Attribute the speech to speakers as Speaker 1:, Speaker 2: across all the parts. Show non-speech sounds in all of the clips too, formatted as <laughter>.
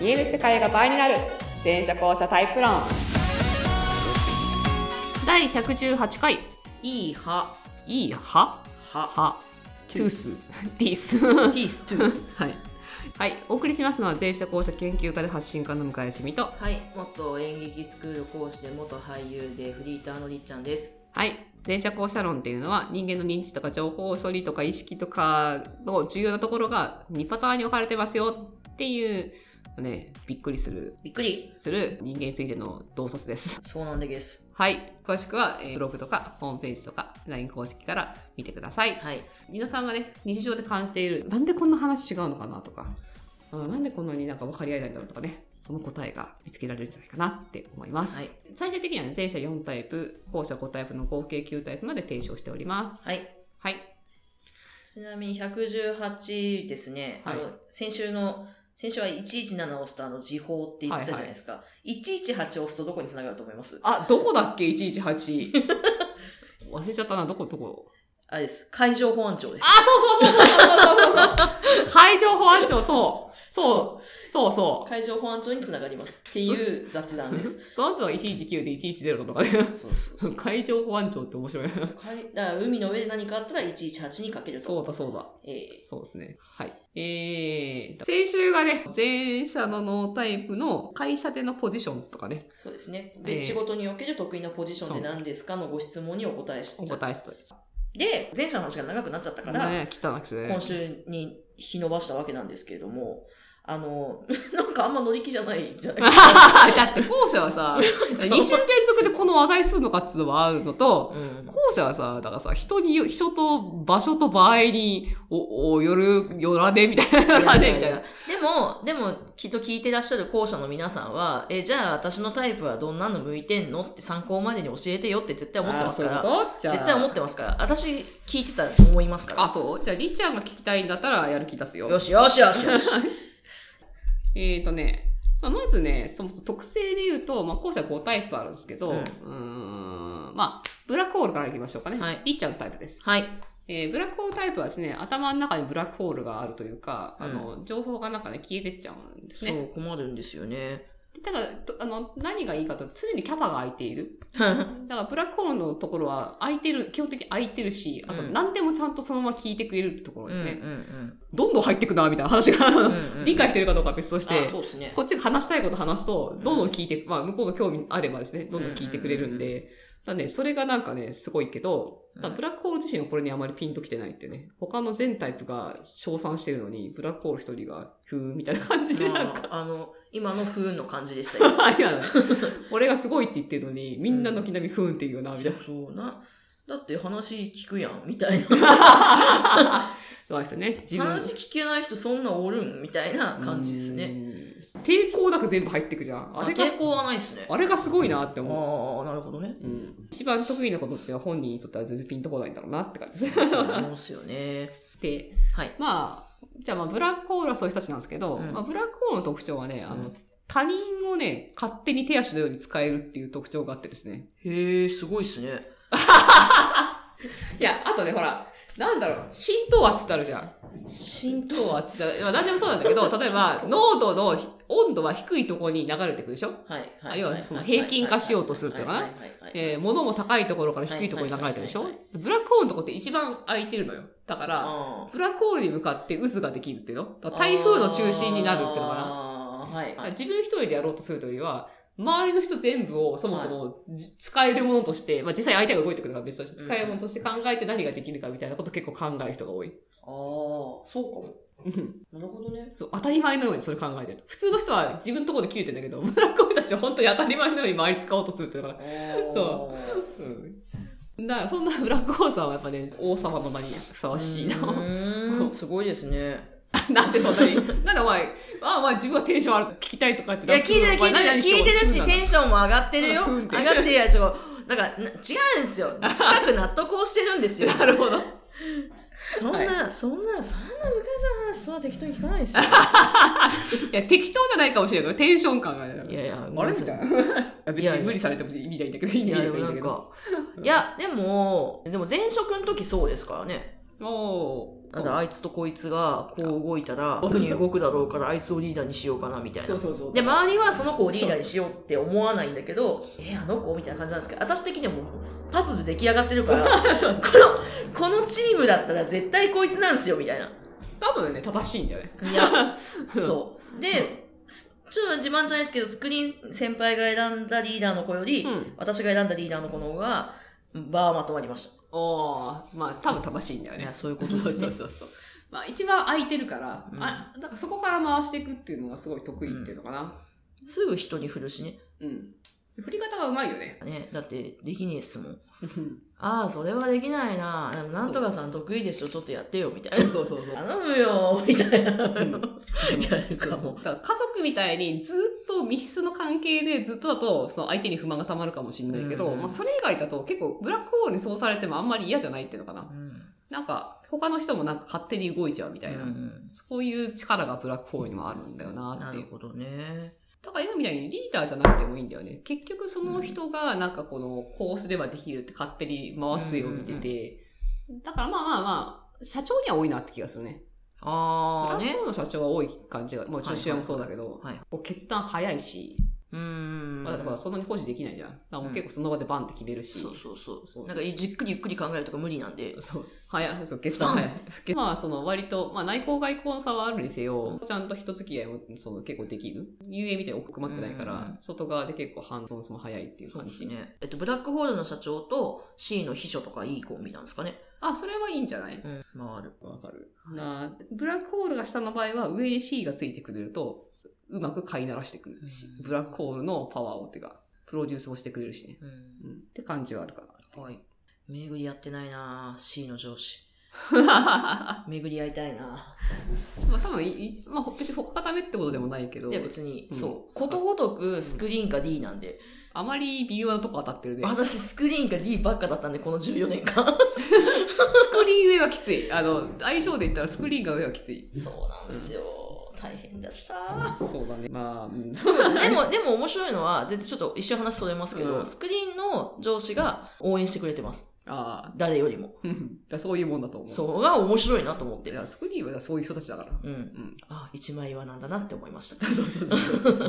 Speaker 1: 見える世界が倍になる全車交差タイプ論第118回
Speaker 2: いい歯
Speaker 1: いい歯
Speaker 2: 歯
Speaker 1: 歯トゥースティース
Speaker 2: ティーストゥース
Speaker 1: はい、はい、お送りしますのは全社交差研究家で発信家の向井しみと
Speaker 2: はい元演劇スクール講師で元俳優でフリーターのりっちゃんです
Speaker 1: はい全社交差論っていうのは人間の認知とか情報処理とか意識とかの重要なところが2パターンに分かれてますよっていうねびっくりする
Speaker 2: びっくり
Speaker 1: する人間についての洞察です。
Speaker 2: そうなんでげす
Speaker 1: はい。詳しくは、えーブログとか、ホームページとか、LINE 公式から見てください。
Speaker 2: はい
Speaker 1: 皆さんがね、日常で感じている、なんでこんな話違うのかなとか、うんなんでこんなになんか分かり合えないんだろうとかね、その答えが見つけられるんじゃないかなって思います。
Speaker 2: はい
Speaker 1: 最終的にはね、前者4タイプ、後者5タイプの合計9タイプまで提唱しております。
Speaker 2: はい
Speaker 1: はい。
Speaker 2: ちなみに118ですね、
Speaker 1: はい
Speaker 2: あの先週の先週は117を押すとあの時報って言ってたじゃないですか、118を押すとどこにつながると思います
Speaker 1: あ、どこだっけ ?118。忘れちゃったな、どこどこ。
Speaker 2: あれです海上保安庁で
Speaker 1: あ、
Speaker 2: す
Speaker 1: そうそうそうそうそうそうそう。 <laughs> 海上保安庁、そう。そう、そうそう。
Speaker 2: 海上保安庁につながりますっていう雑談です
Speaker 1: <laughs> その後は119で110とか <laughs> ね。
Speaker 2: <laughs> そうそう
Speaker 1: 海上保安庁って面白いな。
Speaker 2: 海だから海の上で何かあったら118にかける
Speaker 1: <laughs>
Speaker 2: と
Speaker 1: そうだそうだ。
Speaker 2: ええ
Speaker 1: そうですね。はい。えー、先週がね、前者のノータイプの会社でのポジションとかね、
Speaker 2: そうですね。
Speaker 1: え
Speaker 2: で、
Speaker 1: え
Speaker 2: 仕事における得意なポジションで何ですかのご質問にお答えし
Speaker 1: お
Speaker 2: て。
Speaker 1: 答えして
Speaker 2: で、前者の話が長くなっちゃったから、
Speaker 1: ね、汚くて。
Speaker 2: 今週に引き延ばしたわけなんですけれども、あの、 <laughs> なんかあんま乗り気じゃないじゃないですか。
Speaker 1: <laughs> だって後者は <laughs> さ、2週連
Speaker 2: <laughs>
Speaker 1: 続でこの話題するのかっつうのはあるのと、
Speaker 2: うん
Speaker 1: 後者はさ、だからさ、人によ、人と場所と場合に、お、お、よる、よらねみたい <laughs> な、よらねみたいな。
Speaker 2: でも、でも、きっと聞いてらっしゃる後者の皆さんは、え、じゃあ私のタイプはどんなの向いてんのって参考までに教えてよって絶対思ってますか
Speaker 1: あ
Speaker 2: ら。
Speaker 1: そういうことじゃあ
Speaker 2: 絶対思ってますから。私聞いてたと思いますから。
Speaker 1: あ、そうじゃあ、りっちゃんが聞きたいんだったらやる気出すよ。
Speaker 2: よしよしよしよし。
Speaker 1: えーとね、まあまずね、そもそも特性で言うと、まあ、後者5タイプあるんですけど、
Speaker 2: う
Speaker 1: うんーん、んまあ、ブラックホールからいきましょうかね。
Speaker 2: はい
Speaker 1: りっちゃんのタイプです。
Speaker 2: はい。
Speaker 1: えーブラックホールタイプはですね、頭の中にブラックホールがあるというか、
Speaker 2: うん
Speaker 1: あの、情報がなんかね、消えてっちゃうんです
Speaker 2: そ
Speaker 1: ね。
Speaker 2: う、困るんですよね。
Speaker 1: でだから、とあの、何がいいかと、常にキャパが空いている。だから、ブラックホールのところは空いてる、基本的に空いてるし、あと、
Speaker 2: うん
Speaker 1: 何でもちゃんとそのまま聞いてくれるってところですね。
Speaker 2: うんうん
Speaker 1: どんどん入ってくな、みたいな話が、
Speaker 2: うんうん
Speaker 1: 理解してるかどうかは別として、
Speaker 2: あそうです <laughs> ね。
Speaker 1: こっちが話したいこと話すと、どんどん聞いて、まあ、向こうの興味あればですね、どんどん聞いてくれるん
Speaker 2: うん
Speaker 1: で、だからね、それがなんかね、すごいけど、だから
Speaker 2: うん
Speaker 1: ブラックホール自身はこれにあまりピンときてないっていうね、他の全タイプが称賛してるのに、ブラックホール一人が、ふーみたいな感じでなんか、
Speaker 2: ああの、今の不運の感じでした <laughs> よ。
Speaker 1: いや俺がすごいって言ってるのに、みんな軒並みふーんって言うよな、みたいな。
Speaker 2: そうな。だって話聞くやん、みたいな。
Speaker 1: そうですよね、 <laughs> 自分。
Speaker 2: 話聞けない人そんなおるんみたいな感じですね。
Speaker 1: ね。抵抗なく全部入ってくじゃん。
Speaker 2: あ
Speaker 1: あれが、
Speaker 2: 抵抗はないですね。あ
Speaker 1: あれがすごいなって
Speaker 2: あ
Speaker 1: 思う。
Speaker 2: ー、なるほどね。
Speaker 1: うん、一番得意なことってのは本人にとっては全然ピンとこないんだろうなって感じで
Speaker 2: <laughs>
Speaker 1: す。
Speaker 2: そう思うんですよね。 <laughs>
Speaker 1: で、
Speaker 2: はい
Speaker 1: まあ、じゃあまあブラックホールはそういう人たちなんですけど、
Speaker 2: うん
Speaker 1: まあ、ブラックホールの特徴はね、あの、
Speaker 2: うん
Speaker 1: 他人をね、勝手に手足のように使えるっていう特徴があってですね。
Speaker 2: へえ、すごいですね。
Speaker 1: いや、あとね、ほら、なんだろう、浸透圧ってあるじゃん。浸透圧って、まあ何でもそうなん
Speaker 2: <laughs>
Speaker 1: だけど、例えば、濃度の温度は低いところに流れてくでしょ
Speaker 2: はい、は
Speaker 1: あ
Speaker 2: い。
Speaker 1: 要はその平均化しようとするっていうのかな
Speaker 2: はいはいはいはい
Speaker 1: えー、物も高いところから低いところに流れてるでしょ
Speaker 2: はいはい
Speaker 1: ブラックホールのとこって一番空いてるのよ。だから、
Speaker 2: あ
Speaker 1: ブラックホールに向かって渦ができるっていうのだから台風の中心になるっていうのかな。
Speaker 2: な。はい
Speaker 1: だから。自分一人でやろうとするというよりは、周りの人全部をそもそもじ、使えるものとして、まあ実際相手が動いてくるのは別として、
Speaker 2: うん
Speaker 1: 使えるものとして考えて何ができるかみたいなことを結構考える人が多い。
Speaker 2: ああ、そう
Speaker 1: うん
Speaker 2: かも。なるほど
Speaker 1: <laughs>
Speaker 2: ね。
Speaker 1: そう当たり前のようにそれ考えてる。普通の人は自分のところで切れてんだけど、 <laughs> ブラックホールたちは本当に当たり前のように周り使おうとするっていうのかな。
Speaker 2: そ
Speaker 1: うん。だからそんなブラックホールさんはやっぱね、王様の名にふさわしいな。
Speaker 2: うーん
Speaker 1: <laughs>
Speaker 2: すごいですね。
Speaker 1: なんでそんなに、なんでお前、あ、お前自分はテンションある、聞きたいとかって。
Speaker 2: いや、聞いてる、聞いてる、聞いてるし、テ
Speaker 1: ン
Speaker 2: ンションも上がって
Speaker 1: <laughs>
Speaker 2: るよ。
Speaker 1: ふ
Speaker 2: 上
Speaker 1: んって
Speaker 2: がってるやつを。だから、な違うんですよ。深く納得をしてるんですよ。
Speaker 1: <laughs> なるほど。
Speaker 2: そんな、そんな、そんな向井さんの話、そんな適当に聞かな
Speaker 1: <laughs>
Speaker 2: いですよ。
Speaker 1: いや、適当じゃないかもしれないけど、テンション感がね。
Speaker 2: いやいや
Speaker 1: あれみたいな。い <laughs> や別
Speaker 2: いや
Speaker 1: に無理されても意味ないんだけど、意
Speaker 2: い
Speaker 1: 味
Speaker 2: や、
Speaker 1: ない
Speaker 2: で
Speaker 1: <laughs> ん
Speaker 2: もな
Speaker 1: だ
Speaker 2: ん
Speaker 1: けど。
Speaker 2: か。いや、でも、でも前職の時そうですからね。
Speaker 1: おー
Speaker 2: なんだ、あいつとこいつがこう動いたら、特に動くだろうから、あいつをリーダーにしようかな、みたい
Speaker 1: そ
Speaker 2: な
Speaker 1: う。そうそう。
Speaker 2: で、周りはその子をリーダーにしようって思わないんだけど、えーあの子みたいな感じなんですけど、私的にはもう、パズル出来上がってるから、こ <laughs> の、このチームだったら絶対こいつなんですよ、みたいな。
Speaker 1: 多分ね、正しいんだよね。
Speaker 2: いや、 <laughs> そう。で、すちょっと自慢じゃないですけど、スクリーン先輩が選んだリーダーの子より、
Speaker 1: うん。
Speaker 2: 私が選んだリーダーの子の方が、バーまとまりまし
Speaker 1: おーまあ、多分正しいんだよ
Speaker 2: た。
Speaker 1: ね。
Speaker 2: そういう
Speaker 1: そうそうそうそう。まあ、一番空いてるから、
Speaker 2: うん
Speaker 1: あ、だからそこから回していくっていうのがすごい得意っていうのかな。
Speaker 2: <laughs> すぐ人に振るしね。
Speaker 1: うん。振り方がうまいよね。
Speaker 2: ね、だって、できねえっすもん。ああ、それはできないな。でも、なんとかさん得意でしょ、ちょっとやってよ、みたいな。
Speaker 1: そうそうそう。
Speaker 2: 頼むよ、 <laughs> みたいな。
Speaker 1: ん <laughs>
Speaker 2: やる
Speaker 1: そ
Speaker 2: か
Speaker 1: うそう
Speaker 2: も。
Speaker 1: だから家族みたいにずっと密室の関係でずっとだとその相手に不満がたまるかもしれないけど、
Speaker 2: うん
Speaker 1: まあ、それ以外だと結構ブラックホールにそうされてもあんまり嫌じゃないっていうのかな。なんか他の人もなんか勝手に動いちゃうみたいな。
Speaker 2: うん
Speaker 1: そういう力がブラックホールにもあるんだよな
Speaker 2: な
Speaker 1: ってい
Speaker 2: る
Speaker 1: う。
Speaker 2: ほどね。
Speaker 1: だから今みたいにリーダーじゃなくてもいいんだよね。結局その人がなんかこの、こうすればできるって勝手に回すよう見てて。だからまあまあまあ、社長には多いなって気がするね。ブラックホ
Speaker 2: ああ、ね
Speaker 1: ー。ルの社長は多い感じが、もう父親もそうだけど、
Speaker 2: はい。
Speaker 1: こう決断早いし、
Speaker 2: うーん。
Speaker 1: まあ、だからそんなに保持できないじゃん。だからもう結構その場でバンって決めるし。
Speaker 2: そうそうそう
Speaker 1: そう
Speaker 2: なんか、じっくりゆっくり考えるとか無理なんで。
Speaker 1: そう。早い、そう、決断早い。 <laughs> まあ、その割と、まあ内向外向の差はあるにせよ、ちゃんと人付き合いもその結構できる。遊泳みたいに奥くまってないか
Speaker 2: うんうんうん
Speaker 1: ら、外側で結構反応も早いっていう
Speaker 2: そう
Speaker 1: 感
Speaker 2: で
Speaker 1: じ。
Speaker 2: すね。えっと、ブラックホールの社長と C の秘書とかいいコンビなんですかね。
Speaker 1: あ、それはいいんじゃない
Speaker 2: うん。回る。
Speaker 1: わかる。なブラックホールが下の場合は上に C がついてくれると、うまく飼いならしてくれるし
Speaker 2: う、ん
Speaker 1: ブラックホールのパワーをっていうか、プロデュースをしてくれるしね。
Speaker 2: う。
Speaker 1: うんん。って感じはあるか
Speaker 2: はい。巡り合ってないな C の上司。 <laughs>
Speaker 1: な。
Speaker 2: 巡り合いたいな
Speaker 1: まあ多分い、いまあ別に他固めってことでもないけど
Speaker 2: い、や別に、
Speaker 1: うん
Speaker 2: そう。ことごとくスクリーンか D なんで。
Speaker 1: あまり微妙なとこ当たってるね。
Speaker 2: 私スクリーンか D ばっかだったんで、この14年 <laughs> 間。
Speaker 1: スクリーン上はきつい。あの、相性で言ったらスクリーンが上はきつい。
Speaker 2: そうなんですよ。大変でした。
Speaker 1: そうだね。まあ、うん。
Speaker 2: でも、でも面白いのは、全然ちょっと一瞬話それますけど、
Speaker 1: うん
Speaker 2: スクリーンの上司が応援してくれてます。
Speaker 1: ああ
Speaker 2: 誰よりも。
Speaker 1: うん、だからそういうもんだと思う。
Speaker 2: そうが面白いなと思って
Speaker 1: い。やスクリーンはそういう人たちだから。
Speaker 2: うん。
Speaker 1: うん。
Speaker 2: あ、一枚岩なんだなって思いました。
Speaker 1: そうそうそうそう。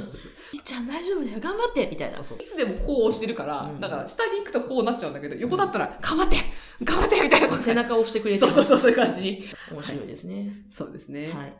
Speaker 2: いっちゃん大丈夫だよ、頑張ってみたいな。
Speaker 1: いつでもこうしてるから、
Speaker 2: うん
Speaker 1: だから下に行くとこうなっちゃうんだけど、横だったら、頑張って頑張ってみたいなこと
Speaker 2: 背中を押してくれて
Speaker 1: そ
Speaker 2: ま
Speaker 1: う
Speaker 2: す。
Speaker 1: そうそう、そういう感じに。
Speaker 2: 面白いですね。
Speaker 1: そうですね。
Speaker 2: はい。
Speaker 1: はい。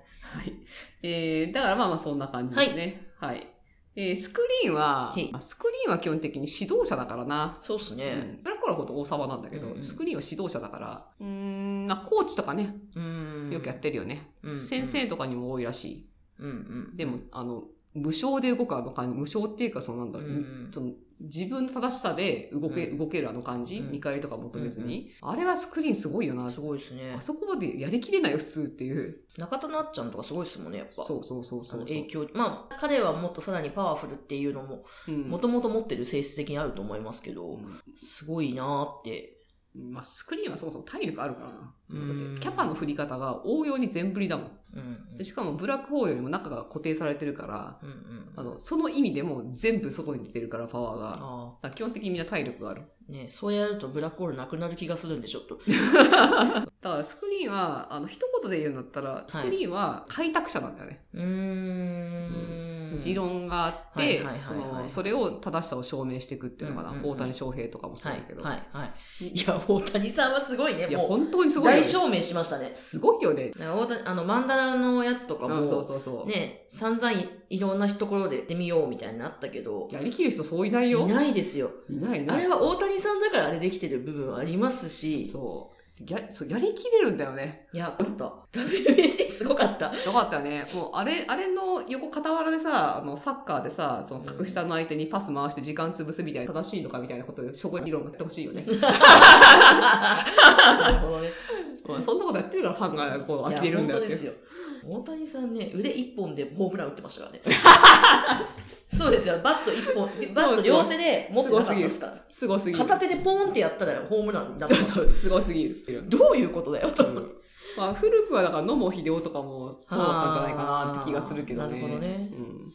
Speaker 1: えー、だからまあまあそんな感じですね。はい。えー、スクリーンは、
Speaker 2: はい
Speaker 1: まあスクリーンは基本的に指導者だからな。
Speaker 2: そうっす
Speaker 1: う
Speaker 2: ね。
Speaker 1: ん。ブラックホールほど王様なんだけど、
Speaker 2: うんうん
Speaker 1: スクリーンは指導者だから、うーん、まあコーチとかね、
Speaker 2: うん。
Speaker 1: よくやってるよね。
Speaker 2: うんうん
Speaker 1: 先生とかにも多いらしい。
Speaker 2: うんうん。
Speaker 1: でも、あの、無償で動くあの感じ、無償っていうかそのなんだろう、
Speaker 2: うんうん
Speaker 1: その自分の正しさで動け、
Speaker 2: うん
Speaker 1: 動けるあの感じ、
Speaker 2: うん
Speaker 1: 見返りとか求めずに、あれはスクリーンすごいよな。
Speaker 2: すごいですね
Speaker 1: あ。そこまでやりきれないよ、普通っていう。
Speaker 2: 中田なっちゃんとかすごいですもんね、やっぱ。
Speaker 1: そうそうそう
Speaker 2: あ
Speaker 1: そ
Speaker 2: の
Speaker 1: う。
Speaker 2: 影響。まあ、彼はもっとさらにパワフルっていうのも、
Speaker 1: うん
Speaker 2: もともと持ってる性質的にあると思いますけど、
Speaker 1: うん
Speaker 2: すごいなーって。
Speaker 1: まあ、スクリーンはそもそも体力あるからな。
Speaker 2: うん
Speaker 1: だってキャパの振り方が応用に全振りだもん。
Speaker 2: うんうん
Speaker 1: でしかもブラックホールよりも中が固定されてるから、
Speaker 2: うんうん
Speaker 1: あの、その意味でも全部外に出てるからパワーが。だか
Speaker 2: あ
Speaker 1: ら基本的にみんな体力がある。
Speaker 2: ーねそうやるとブラックホールなくなる気がするんで、ちょっと。
Speaker 1: だからスクリーンは、あの、一言で言うんだったら、スクリーンは開拓者なんだよね。
Speaker 2: うーん。
Speaker 1: 持論があっ
Speaker 2: はい
Speaker 1: て
Speaker 2: はいはいは、い
Speaker 1: その、それを正しさを証明していくっていうのかな。
Speaker 2: うんうんうん
Speaker 1: 大谷翔平とかもそう
Speaker 2: は
Speaker 1: だ
Speaker 2: い
Speaker 1: け、ど。
Speaker 2: はい、はい。いや、大谷さんはすごいね。
Speaker 1: いや、
Speaker 2: も
Speaker 1: 本当に
Speaker 2: う、
Speaker 1: すごいよ
Speaker 2: 大
Speaker 1: ね。
Speaker 2: 証明しましたね。
Speaker 1: すごいよね。
Speaker 2: だから大谷、あの、マンダラのやつとかも、
Speaker 1: うん、そうそうそう。
Speaker 2: ね、散々いいろんなところでやってみようみたいになったけど、
Speaker 1: やりきる人そういない
Speaker 2: い
Speaker 1: よ。
Speaker 2: ないですよ。
Speaker 1: いないいな
Speaker 2: あ
Speaker 1: い
Speaker 2: れは大谷さんだからあれできてる部分はありますし、
Speaker 1: そう。や、そう、やりきれるんだよね。
Speaker 2: いや、ほんと、WBC すごかった。
Speaker 1: すごかったよね。もう、あれ、あれの横傍らでさ、あの、サッカーでさ、その、
Speaker 2: うん
Speaker 1: 格下の相手にパス回して時間潰すみたいな、正しいのかみたいなことで、しょぼい議論がやってほしいよね。 <laughs>
Speaker 2: なるほどね。
Speaker 1: まあそんなことやってるからファンが、こう、呆れるんだよ
Speaker 2: いや本当
Speaker 1: ね。
Speaker 2: ですよ。大谷さんね、腕一本でホームラン打ってましたからね。 <laughs> そうですよ。バット一本、バット両手で持ってなかったですから。
Speaker 1: すごすぎる。
Speaker 2: 片手でポーンってやったらホームランになったんです
Speaker 1: そ
Speaker 2: よ。
Speaker 1: う、すごすぎる。
Speaker 2: どういうことだよ、と思って。
Speaker 1: まあ、古くはだから、野茂英雄とかもそうだったんじゃないかなって気がするけどね。
Speaker 2: あーなるほどね
Speaker 1: うん。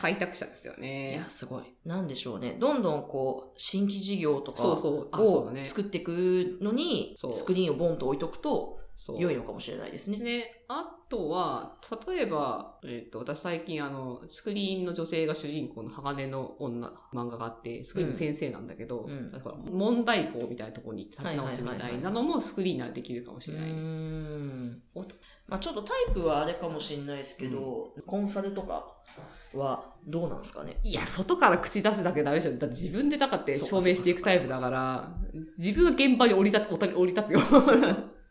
Speaker 1: 開拓者ですよ
Speaker 2: い
Speaker 1: ね
Speaker 2: や、。すごい。なんでしょうね。どんどんこう、新規事業とか
Speaker 1: そうそう。あ、そう
Speaker 2: を
Speaker 1: だね。
Speaker 2: 作っていくのに、
Speaker 1: そう
Speaker 2: スクリーンをボンと置いとくと
Speaker 1: そう
Speaker 2: 良いのかもしれないですね。
Speaker 1: ね、あとは、例えば、えっ、と、私最近あの、スクリーンの女性が主人公の鋼の女、漫画があって、スクリーンの先生なんだけど、
Speaker 2: うん
Speaker 1: だから問題校みたいなところに立て直すみ
Speaker 2: はいは
Speaker 1: た
Speaker 2: いはい
Speaker 1: い
Speaker 2: はい
Speaker 1: なのもスクリーンならできるかもし
Speaker 2: う
Speaker 1: れない。
Speaker 2: ーん
Speaker 1: おと
Speaker 2: まあちょっとタイプはあれかもしれないですけど、コンサルとかはどうなんですかね。
Speaker 1: いや、外から口出すだけダメでしょ。だって自分でだかって証明していくタイプだから、自分が現場に降り立つ、降り立つよ。
Speaker 2: だか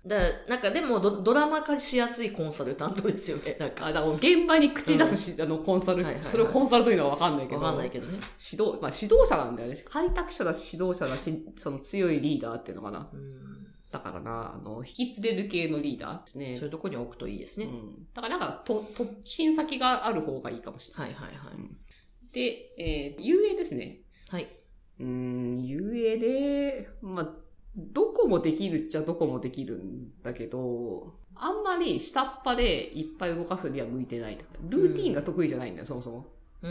Speaker 2: らなんかでもドドラマ化しやすいコンサルタントですよね。なんか。
Speaker 1: <laughs> あだから現場に口出すし、あの、コンサル、
Speaker 2: はいはいはい
Speaker 1: それをコンサルというのはわかんないけ
Speaker 2: わ
Speaker 1: ど。
Speaker 2: かんないけどね。
Speaker 1: 指導、まあ指導者なんだよね。開拓者だし指導者だし、その強いリーダーっていうのかな。
Speaker 2: うん
Speaker 1: だからな、あの、引き連れる系のリーダーですね
Speaker 2: そうい。うとこに置くといいです
Speaker 1: う
Speaker 2: ね。
Speaker 1: ん。だからなんか、と、と、新先がある方がいいかもしれない。
Speaker 2: はいはいはい。
Speaker 1: で、えー、遊泳ですね。
Speaker 2: はい。
Speaker 1: うん、遊泳で、まあ、どこもできるっちゃどこもできるんだけど、あんまり下っ端でいっぱい動かすには向いてない。ルーティーンが得意じゃないんだよ、そもそも。
Speaker 2: うー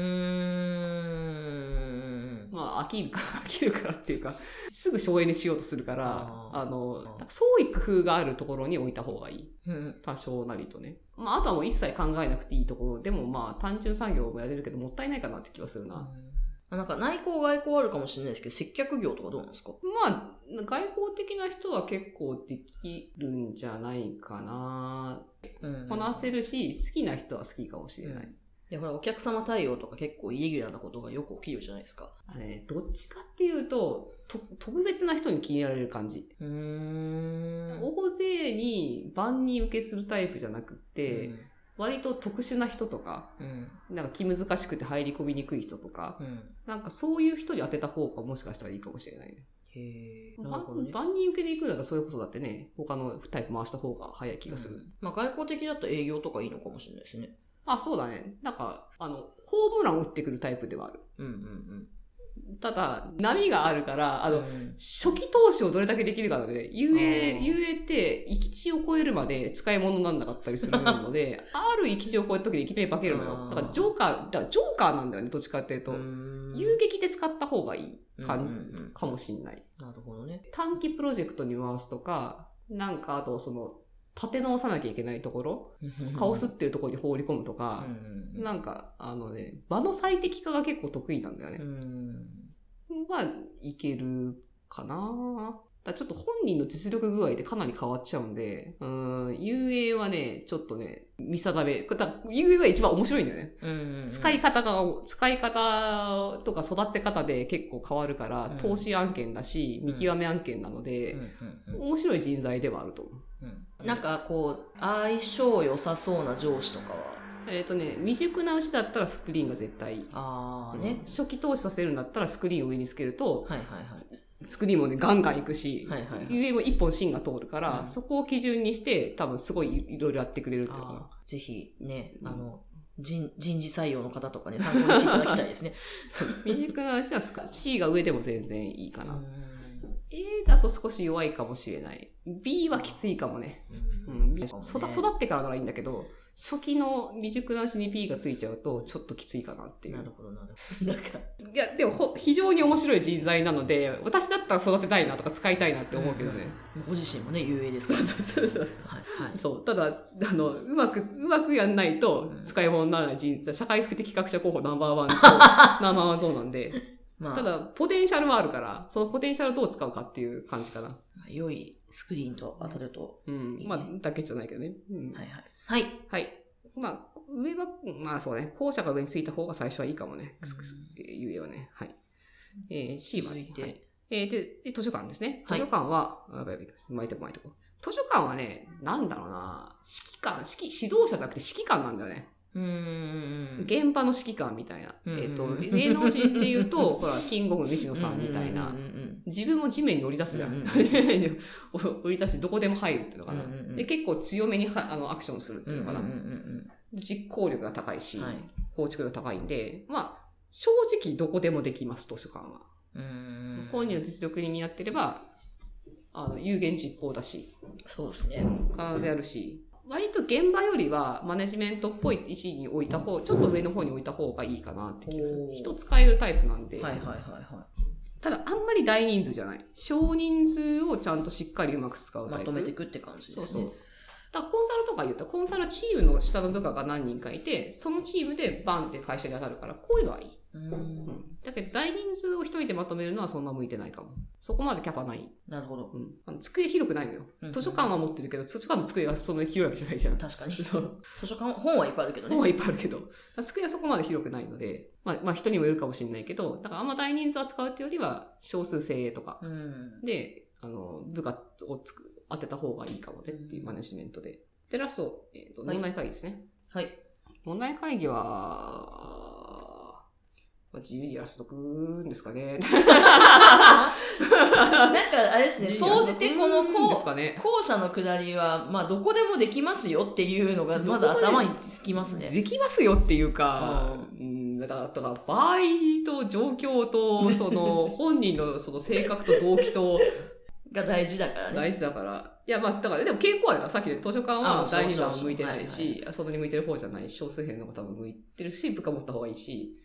Speaker 2: ん。
Speaker 1: まあ、飽きるから、 <laughs> 飽きるからっていうか、すぐ省エネしようとするから、
Speaker 2: あ
Speaker 1: あ
Speaker 2: ー
Speaker 1: の、
Speaker 2: あー
Speaker 1: なんか創意工夫があるところに置いた方がいい。
Speaker 2: うん
Speaker 1: 多少なりとね。まあ、あとはもう一切考えなくていいところ。でもまあ、単純作業もやれるけど、もったいないかなって気はするな。
Speaker 2: あなんか内向外向あるかもしれないですけど、接客業とかどうなんですか
Speaker 1: まあ、外交的な人は結構できるんじゃないかな。こなせ
Speaker 2: る。
Speaker 1: るし、好きな人は好きかもしれない。
Speaker 2: ういや、ほら、お客様対応とか結構イレギュラーなことがよく起きるじゃないですか。
Speaker 1: あのねどっちかっていうと、と特別な人に気に入られる感じ。
Speaker 2: うーん。
Speaker 1: 大勢に万人受けするタイプじゃなくって、
Speaker 2: うん
Speaker 1: 割と特殊な人とか、
Speaker 2: うん。
Speaker 1: なんか気難しくて入り込みにくい人とか、
Speaker 2: うん。
Speaker 1: なんかそういう人に当てた方がもしかしたらいいかもしれないね。
Speaker 2: へえ。なるほど
Speaker 1: 万
Speaker 2: ね。
Speaker 1: 万人受けでいくならそれこそだってね、他のタイプ回した方が早い気がする。
Speaker 2: うんまあ、外交的だと営業とかいいのかもしれないですね。
Speaker 1: あ、そうだね。なんか、あの、ホームランを打ってくるタイプではある。
Speaker 2: うんうんうん。
Speaker 1: ただ、波があるから、あの、
Speaker 2: うん
Speaker 1: 初期投資をどれだけできるかなので、遊
Speaker 2: あ
Speaker 1: 泳、
Speaker 2: ー
Speaker 1: 遊泳って、行き地を超えるまで使い物にならなかったりするの
Speaker 2: <laughs>
Speaker 1: で、ある行き地を超えた時でいきなり化けるの
Speaker 2: あ
Speaker 1: よ。
Speaker 2: ー
Speaker 1: だからジョーカー、だからジョーカーなんだよね、どっちかっていうと。
Speaker 2: うん
Speaker 1: 遊撃で使った方がいいか,、
Speaker 2: うんうんうん
Speaker 1: かもしんない。
Speaker 2: なるほどね。
Speaker 1: 短期プロジェクトに回すとか、なんかあとその、立て直さなきゃいけないところ、顔すってるところに放り込むと
Speaker 2: う
Speaker 1: か、
Speaker 2: んうん
Speaker 1: なんか、あのね、場の最適化が結構得意なんだよね
Speaker 2: う。ん。
Speaker 1: まあ、いけるかなだからちょっと本人の実力具合でかなり変わっちゃうんで、うーん、遊泳はね、ちょっとね、見定め。だから遊泳が一番面白いんだよね。
Speaker 2: うん
Speaker 1: 使い方が、使い方とか育て方で結構変わるから、
Speaker 2: うん
Speaker 1: 投資案件だし、
Speaker 2: うん
Speaker 1: 見極め案件なの
Speaker 2: うん
Speaker 1: で、
Speaker 2: うんうん
Speaker 1: 面白い人材ではあると思う。
Speaker 2: うんなんかこう相性良さそうな上司とかは
Speaker 1: えっ、とね、未熟な牛だったらスクリーンが絶対いい。
Speaker 2: ああ
Speaker 1: う
Speaker 2: ね
Speaker 1: ん、初期投資させるんだったらスクリーンを上につけると、
Speaker 2: はいはいはい
Speaker 1: スクリーンもね、ガンガンいくし、
Speaker 2: はいはいはい
Speaker 1: ゆえも一本芯が通るから、
Speaker 2: うん
Speaker 1: そこを基準にして、多分すごいいろいろやってくれるっていうのか
Speaker 2: あ
Speaker 1: な。
Speaker 2: ーぜひね
Speaker 1: うん
Speaker 2: あの人人事採用の方とかね参考にしていただきたい <laughs> ですね
Speaker 1: 未熟な話はスク C が上でも全然いいかな。
Speaker 2: うん
Speaker 1: A だと少し弱いかもしれない。B はきついかもね。うん、B
Speaker 2: そうね
Speaker 1: 育育ってからならいいんだけど、初期の未熟な話に B がついちゃうと、ちょっときついかなってい
Speaker 2: <laughs> なる
Speaker 1: う。
Speaker 2: ほどなるほどなんか
Speaker 1: いや、でもほ非常に面白い人材なので、私だったら育てたいなとか使いたいなって思うけどね。
Speaker 2: ご自身もね有名ですから
Speaker 1: そうそうそう。
Speaker 2: はいはい
Speaker 1: そう。ただ、あの、うまく、うまくやんないと
Speaker 2: うん、
Speaker 1: 使い物にならない人材、社会服的学者候補ナンバーワン
Speaker 2: <laughs>
Speaker 1: と、ナンバーワンそうなんで、
Speaker 2: まあ
Speaker 1: ただ、ポテンシャルはあるから、そのポテンシャルをどう使うかっていう感じかな。
Speaker 2: まあ良いスクリーンと当たると
Speaker 1: うん。まあ、だけじゃないけどね。うん。
Speaker 2: はいはいはい
Speaker 1: はい。まあ、上は、まあそうね、後者が上についた方が最初はいいかもね。
Speaker 2: うん
Speaker 1: くすくす、えー言えばね。はい。えー、C は
Speaker 2: 続
Speaker 1: ね
Speaker 2: い。て
Speaker 1: はいえーで、で図書館ですね。
Speaker 2: は
Speaker 1: 図
Speaker 2: い
Speaker 1: 書館は、あやばいやばい巻いとこ巻いとこ。図書館はね、なんだろうな、指揮官、指揮、指導者じゃなくて指揮官なんだよね。
Speaker 2: うーん
Speaker 1: 現場の指揮官みたいな。
Speaker 2: うん
Speaker 1: えっ、と、芸能人っていう
Speaker 2: <laughs>
Speaker 1: と、ほら、キングオブ西野さんみたいな
Speaker 2: うんう。んうん
Speaker 1: 自分も地面に降り出すじゃ
Speaker 2: うんうんん。
Speaker 1: <laughs> 降り出してどこでも入るっていうのかな。
Speaker 2: うんうんうん
Speaker 1: で、結構強めにはあのアクションするって
Speaker 2: う
Speaker 1: い
Speaker 2: ん
Speaker 1: うのかな。
Speaker 2: うんうんうん
Speaker 1: 実行力が高いし、
Speaker 2: うんはい
Speaker 1: 構築力が高いんで、まあ、正直どこでもできます、図書館は。
Speaker 2: うーん
Speaker 1: 本人の実力になってれば、あの、有言実行だし、
Speaker 2: そうですね。
Speaker 1: 必ずやるし、割と現場よりはマネジメントっぽい位置に置いた方、ちょっと上の方に置いた方がいいかなって気がする
Speaker 2: お。ー
Speaker 1: 人使えるタイプなんで、
Speaker 2: はいはいはいは
Speaker 1: ただあんまり大人数じゃない。少人数をちゃんとしっかりうまく使
Speaker 2: い。
Speaker 1: うタ
Speaker 2: ま
Speaker 1: イプ。
Speaker 2: とめていくって感じです
Speaker 1: そ
Speaker 2: ね。
Speaker 1: うそう。だからコンサルとか言ったら、コンサルはチームの下の部下が何人かいて、そのチームでバンって会社に当たるから、こういうのはいい。う
Speaker 2: う。
Speaker 1: んん。だけど大人数を一人でまとめるのはそんな向いてないかも。そこまでキャパない。
Speaker 2: なるほど。
Speaker 1: うん。あの机広くないのよ
Speaker 2: うんうん。
Speaker 1: 図書館は持ってるけど、図書館の机がそんなに広いわけじゃないじゃん。
Speaker 2: 確かに。
Speaker 1: そう。
Speaker 2: 図書館、本はいっぱいあるけど
Speaker 1: 本は
Speaker 2: ね。
Speaker 1: いっぱいあるけど。机はそこまで広くないので、まあ、まあ人にもよるかもしれないけど、だからあんま大人数扱うっていうよりは、少数精鋭とか。
Speaker 2: うん。
Speaker 1: で、あの、部下をつく当てた方がいいかもねっていうマネジメントで。で、ラスト、えーと
Speaker 2: はい
Speaker 1: 問題会議ですね。
Speaker 2: はい。
Speaker 1: 問題会議は、まあ、自由にやらせとくんですかね。
Speaker 2: <laughs> なんかあれですね、総じてこの
Speaker 1: うんです
Speaker 2: 後
Speaker 1: かね。
Speaker 2: 後者の下りは、まあどこでもできますよっていうのが、まず頭につきますね。
Speaker 1: できますよっていうか、
Speaker 2: う
Speaker 1: うん、だから、だから場合と状況と、そ
Speaker 2: <laughs>
Speaker 1: の、本人のその性格と動機と
Speaker 2: が大事だからね。
Speaker 1: 大事だから。いや、まあ、だから、でも傾向あるから、さっきの図書館
Speaker 2: あ
Speaker 1: は第二
Speaker 2: そう
Speaker 1: 弾
Speaker 2: そうそう
Speaker 1: 向いてないし、そんなに向いてる方じゃないし、少数編の方も向いてるし、部下持った方がいいし、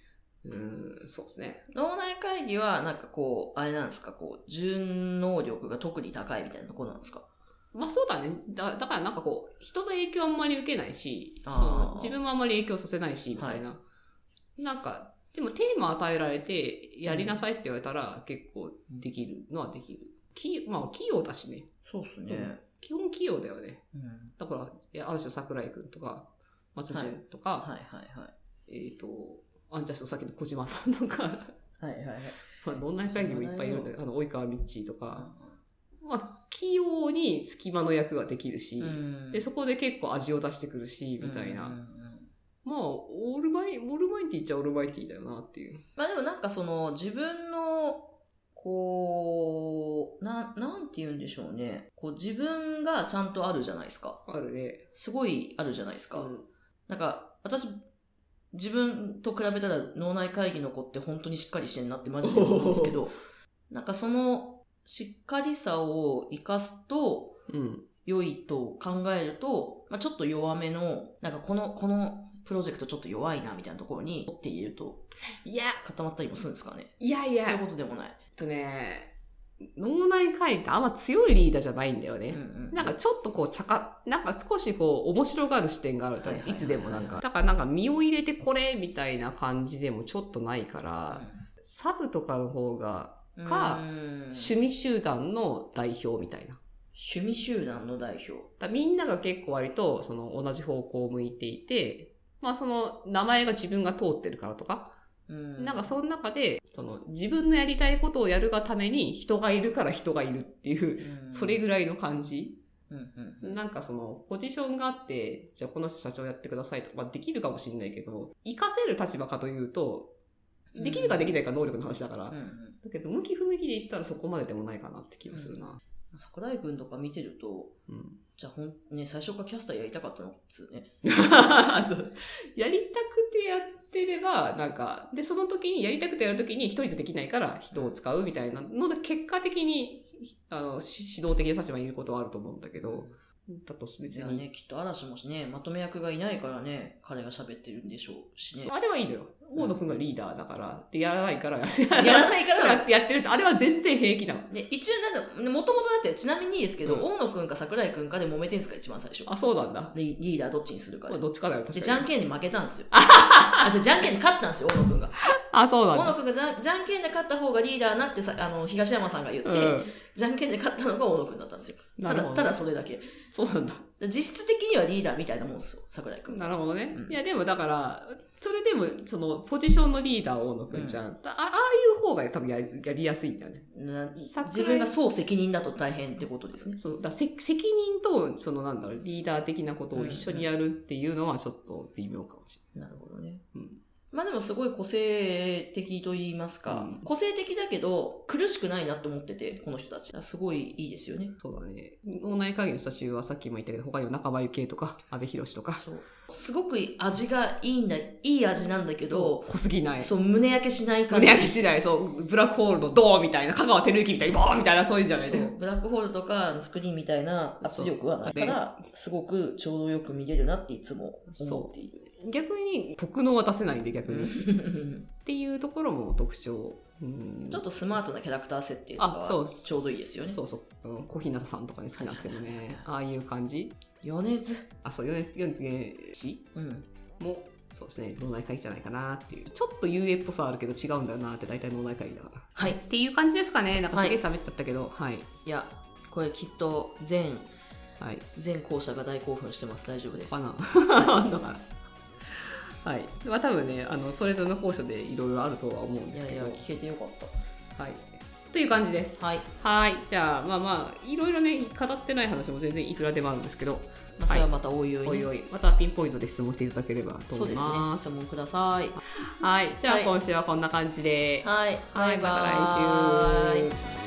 Speaker 1: うーん、そうですね。
Speaker 2: 脳内会議は、なんかこう、あれなんですか、こう、順能力が特に高いみたいなところなんですか
Speaker 1: まあそうだね。だだからなんかこう、人の影響あんまり受けないし、そ
Speaker 2: あー
Speaker 1: の自分もあんまり影響させないし、みたいな。なんか、でもテーマ与えられて、やりなさいって言われたら、結構できるのはできる。きまあ器用だしね。
Speaker 2: そうです
Speaker 1: ね。基本器用だよね。
Speaker 2: うん。
Speaker 1: だからいや、ある種桜井くんとか、松潤とか、
Speaker 2: はいはいはい。
Speaker 1: えっ、と、アンジャッシュのさっきの小島さんとか、 <laughs>
Speaker 2: はいはいはい。
Speaker 1: まあ、どんな会議もいっぱいいるんだけど、あの、及川みっちーとか、まあ、器用に隙間の役ができるし、
Speaker 2: うん
Speaker 1: で、そこで結構味を出してくるし、みたいな。
Speaker 2: うんうんうん
Speaker 1: まあ、オールマイ、オールマイティーっちゃオールマイティーだよなっていう。
Speaker 2: まあでもなんかその、自分の、こう、な、なんて言うんでしょうね。こう、自分がちゃんとあるじゃないですか。
Speaker 1: あるね。
Speaker 2: すごいあるじゃないですか。
Speaker 1: うん
Speaker 2: なんか、私、自分と比べたら脳内会議の子って本当にしっかりしてんなってマジで思うんですけど、なんかそのしっかりさを生かすと
Speaker 1: うん。
Speaker 2: 良いと考えると、まあ、ちょっと弱めの、なんかこの、このプロジェクトちょっと弱いなみたいなところに持っていると
Speaker 1: いや、
Speaker 2: 固まったりもするんですかね。
Speaker 1: いやい
Speaker 2: そう
Speaker 1: や、
Speaker 2: いう
Speaker 1: え
Speaker 2: ことでもない。
Speaker 1: っとね、脳内会議ってあんま強いリーダーじゃないんだよね。
Speaker 2: うんうん
Speaker 1: なんかちょっとこう、ちゃか、なんか少しこう、面白がる視点があると、
Speaker 2: はいはいはい
Speaker 1: い
Speaker 2: はい
Speaker 1: つでもなんか。だからなんか身を入れてこれみたいな感じでもちょっとないから、サブとかの方が、か
Speaker 2: うん
Speaker 1: 趣味集団の代表みたいな。
Speaker 2: 趣味集団の代表。
Speaker 1: だからみんなが結構割と、その同じ方向を向いていて、まあその名前が自分が通ってるからとか、なんかその中で、その自分のやりたいことをやるがために人がいるから人がいるっていう、
Speaker 2: うん
Speaker 1: それぐらいの感じ。
Speaker 2: うんうんうん
Speaker 1: なんかその、ポジションがあって、じゃあこの人社長やってくださいとか、まあできるかもしれないけど、活かせる立場かというと、できるかできないか能力の話だから、
Speaker 2: うんうん
Speaker 1: だけど向き不向きで言ったらそこまででもないかなって気がするな。
Speaker 2: 桜井くんとか見てると、
Speaker 1: うん。 <laughs>
Speaker 2: じゃあほん、ね、最初からキャスターやりたかったのっつうね。
Speaker 1: そうやりたくてやってれば、なんか、で、その時に、やりたくてやる時に一人でできないから人を使うみたいなので、結果的に、あの、し指導的な立場にいることはあると思うんだけど、だと別
Speaker 2: じゃあ
Speaker 1: に
Speaker 2: ね、きっと嵐もね、まとめ役がいないからね、彼が喋ってるんでしょうしね。
Speaker 1: あれはいいのよ。
Speaker 2: ん
Speaker 1: 大野くんがリーダーだから、で、やらない
Speaker 2: <laughs>
Speaker 1: から、や
Speaker 2: や
Speaker 1: ら
Speaker 2: らないから、
Speaker 1: やってると、あれは全然平気なの。
Speaker 2: ね、一応なんだ、もともとだって、ちなみにですけど、
Speaker 1: うん
Speaker 2: 大野くんか桜井くんかで揉めてんすか、一番最初。
Speaker 1: あ、そうなんだ。
Speaker 2: リリーダーどっちにするか
Speaker 1: まあ、
Speaker 2: で。
Speaker 1: どっちかだよ、
Speaker 2: で、
Speaker 1: 確
Speaker 2: じゃ
Speaker 1: か
Speaker 2: ん
Speaker 1: に。
Speaker 2: けんで負けたんですよ。あ、じゃあじゃんけんで勝ったんですよ、大野く
Speaker 1: <laughs>
Speaker 2: んが。
Speaker 1: あ、そうなん
Speaker 2: 大野
Speaker 1: だ。
Speaker 2: くんがじゃんじゃんけんで勝った方がリーダーなってさ、あの、東山さんが言って、
Speaker 1: うん。
Speaker 2: じゃんけんで勝ったのが大野くんだったんですよ。
Speaker 1: な
Speaker 2: た
Speaker 1: る
Speaker 2: だ、
Speaker 1: ほど。
Speaker 2: ただ、それだけ。
Speaker 1: そうなんだ。
Speaker 2: で実質的にはリーダーみたいなもんですよ、桜井くん。
Speaker 1: なるほどね。
Speaker 2: うん
Speaker 1: いや、でもだから、それでも、その、ポジションのリーダー、大野くんじゃん。あああいう方が多分ややりやすいんだよね。
Speaker 2: な
Speaker 1: 桜井
Speaker 2: 自分が総責任だと大変ってことですね。
Speaker 1: そう、だせ責任と、そのなんだろう、リーダー的なことを一緒にやるっていうのはちょっと微妙かもし
Speaker 2: なるほどね。
Speaker 1: うん
Speaker 2: まあでもすごい個性的と言いますか、
Speaker 1: うん
Speaker 2: 個性的だけど苦しくないなと思ってて、この人たち。すごいいいですよね。
Speaker 1: そうだね。脳内会議の人たちはさっきも言ったけど、他にも仲間由紀恵とか、安倍博士とか、
Speaker 2: そう。すごく味がいいんだ、いい味なんだけど、
Speaker 1: 濃すぎない。
Speaker 2: そう、胸焼けしない感じ。
Speaker 1: 胸焼け次第、そう、ブラックホールのドーンみたいな、香川照之みたいにボーンみたいな、そういうんじゃない
Speaker 2: そ
Speaker 1: で
Speaker 2: うブラックホールとかスクリーンみたいな圧力はない
Speaker 1: そう
Speaker 2: から、すごくちょうどよく見れるなっていつも思っている。
Speaker 1: 逆に、特能は出せないんで、逆に。っ
Speaker 2: <laughs> ち
Speaker 1: ていうところも特徴。うん
Speaker 2: ょっとスマートなキャラクター設定とか
Speaker 1: あ、そう
Speaker 2: は、ちょうどいいですよね。
Speaker 1: そうそう。うん小日向さんとかね、好きなんですけどね。ああいう感じ。
Speaker 2: 米津。
Speaker 1: あ、そう、米米津玄師
Speaker 2: うん。
Speaker 1: も、そうですね、脳内会議じゃないかなっていう。ちょっと遊泳っぽさはあるけど違うんだよなって、大体脳内会議だから。っ
Speaker 2: はい。
Speaker 1: ていう感じですかね。なんかすげえ
Speaker 2: は
Speaker 1: 喋っちゃったけど、はい。
Speaker 2: いや、これきっと全、
Speaker 1: はい。
Speaker 2: 全校舎が大興奮してます。大丈夫です
Speaker 1: か。な。だから。はい。まあ多分ね、あの、それぞれの校舎でいろいろあるとは思うん
Speaker 2: い
Speaker 1: です
Speaker 2: や
Speaker 1: け
Speaker 2: い
Speaker 1: ど。
Speaker 2: や、聞けてよかっ
Speaker 1: はい。という感じです。
Speaker 2: た。はい。
Speaker 1: はい。じゃあ、まあまあ、いろいろね、語ってない話も全然いくらでもあるんですけど、
Speaker 2: まあ、それはまたおいおい,、
Speaker 1: おいおい、またピンポイントで質問していただければと
Speaker 2: そ
Speaker 1: 思
Speaker 2: う
Speaker 1: い
Speaker 2: ですね
Speaker 1: ま。す。
Speaker 2: 質問ください。
Speaker 1: はい。じゃあ、
Speaker 2: はい
Speaker 1: 今週はこんな感じで。
Speaker 2: はい。
Speaker 1: はい、また来週。
Speaker 2: バイバイ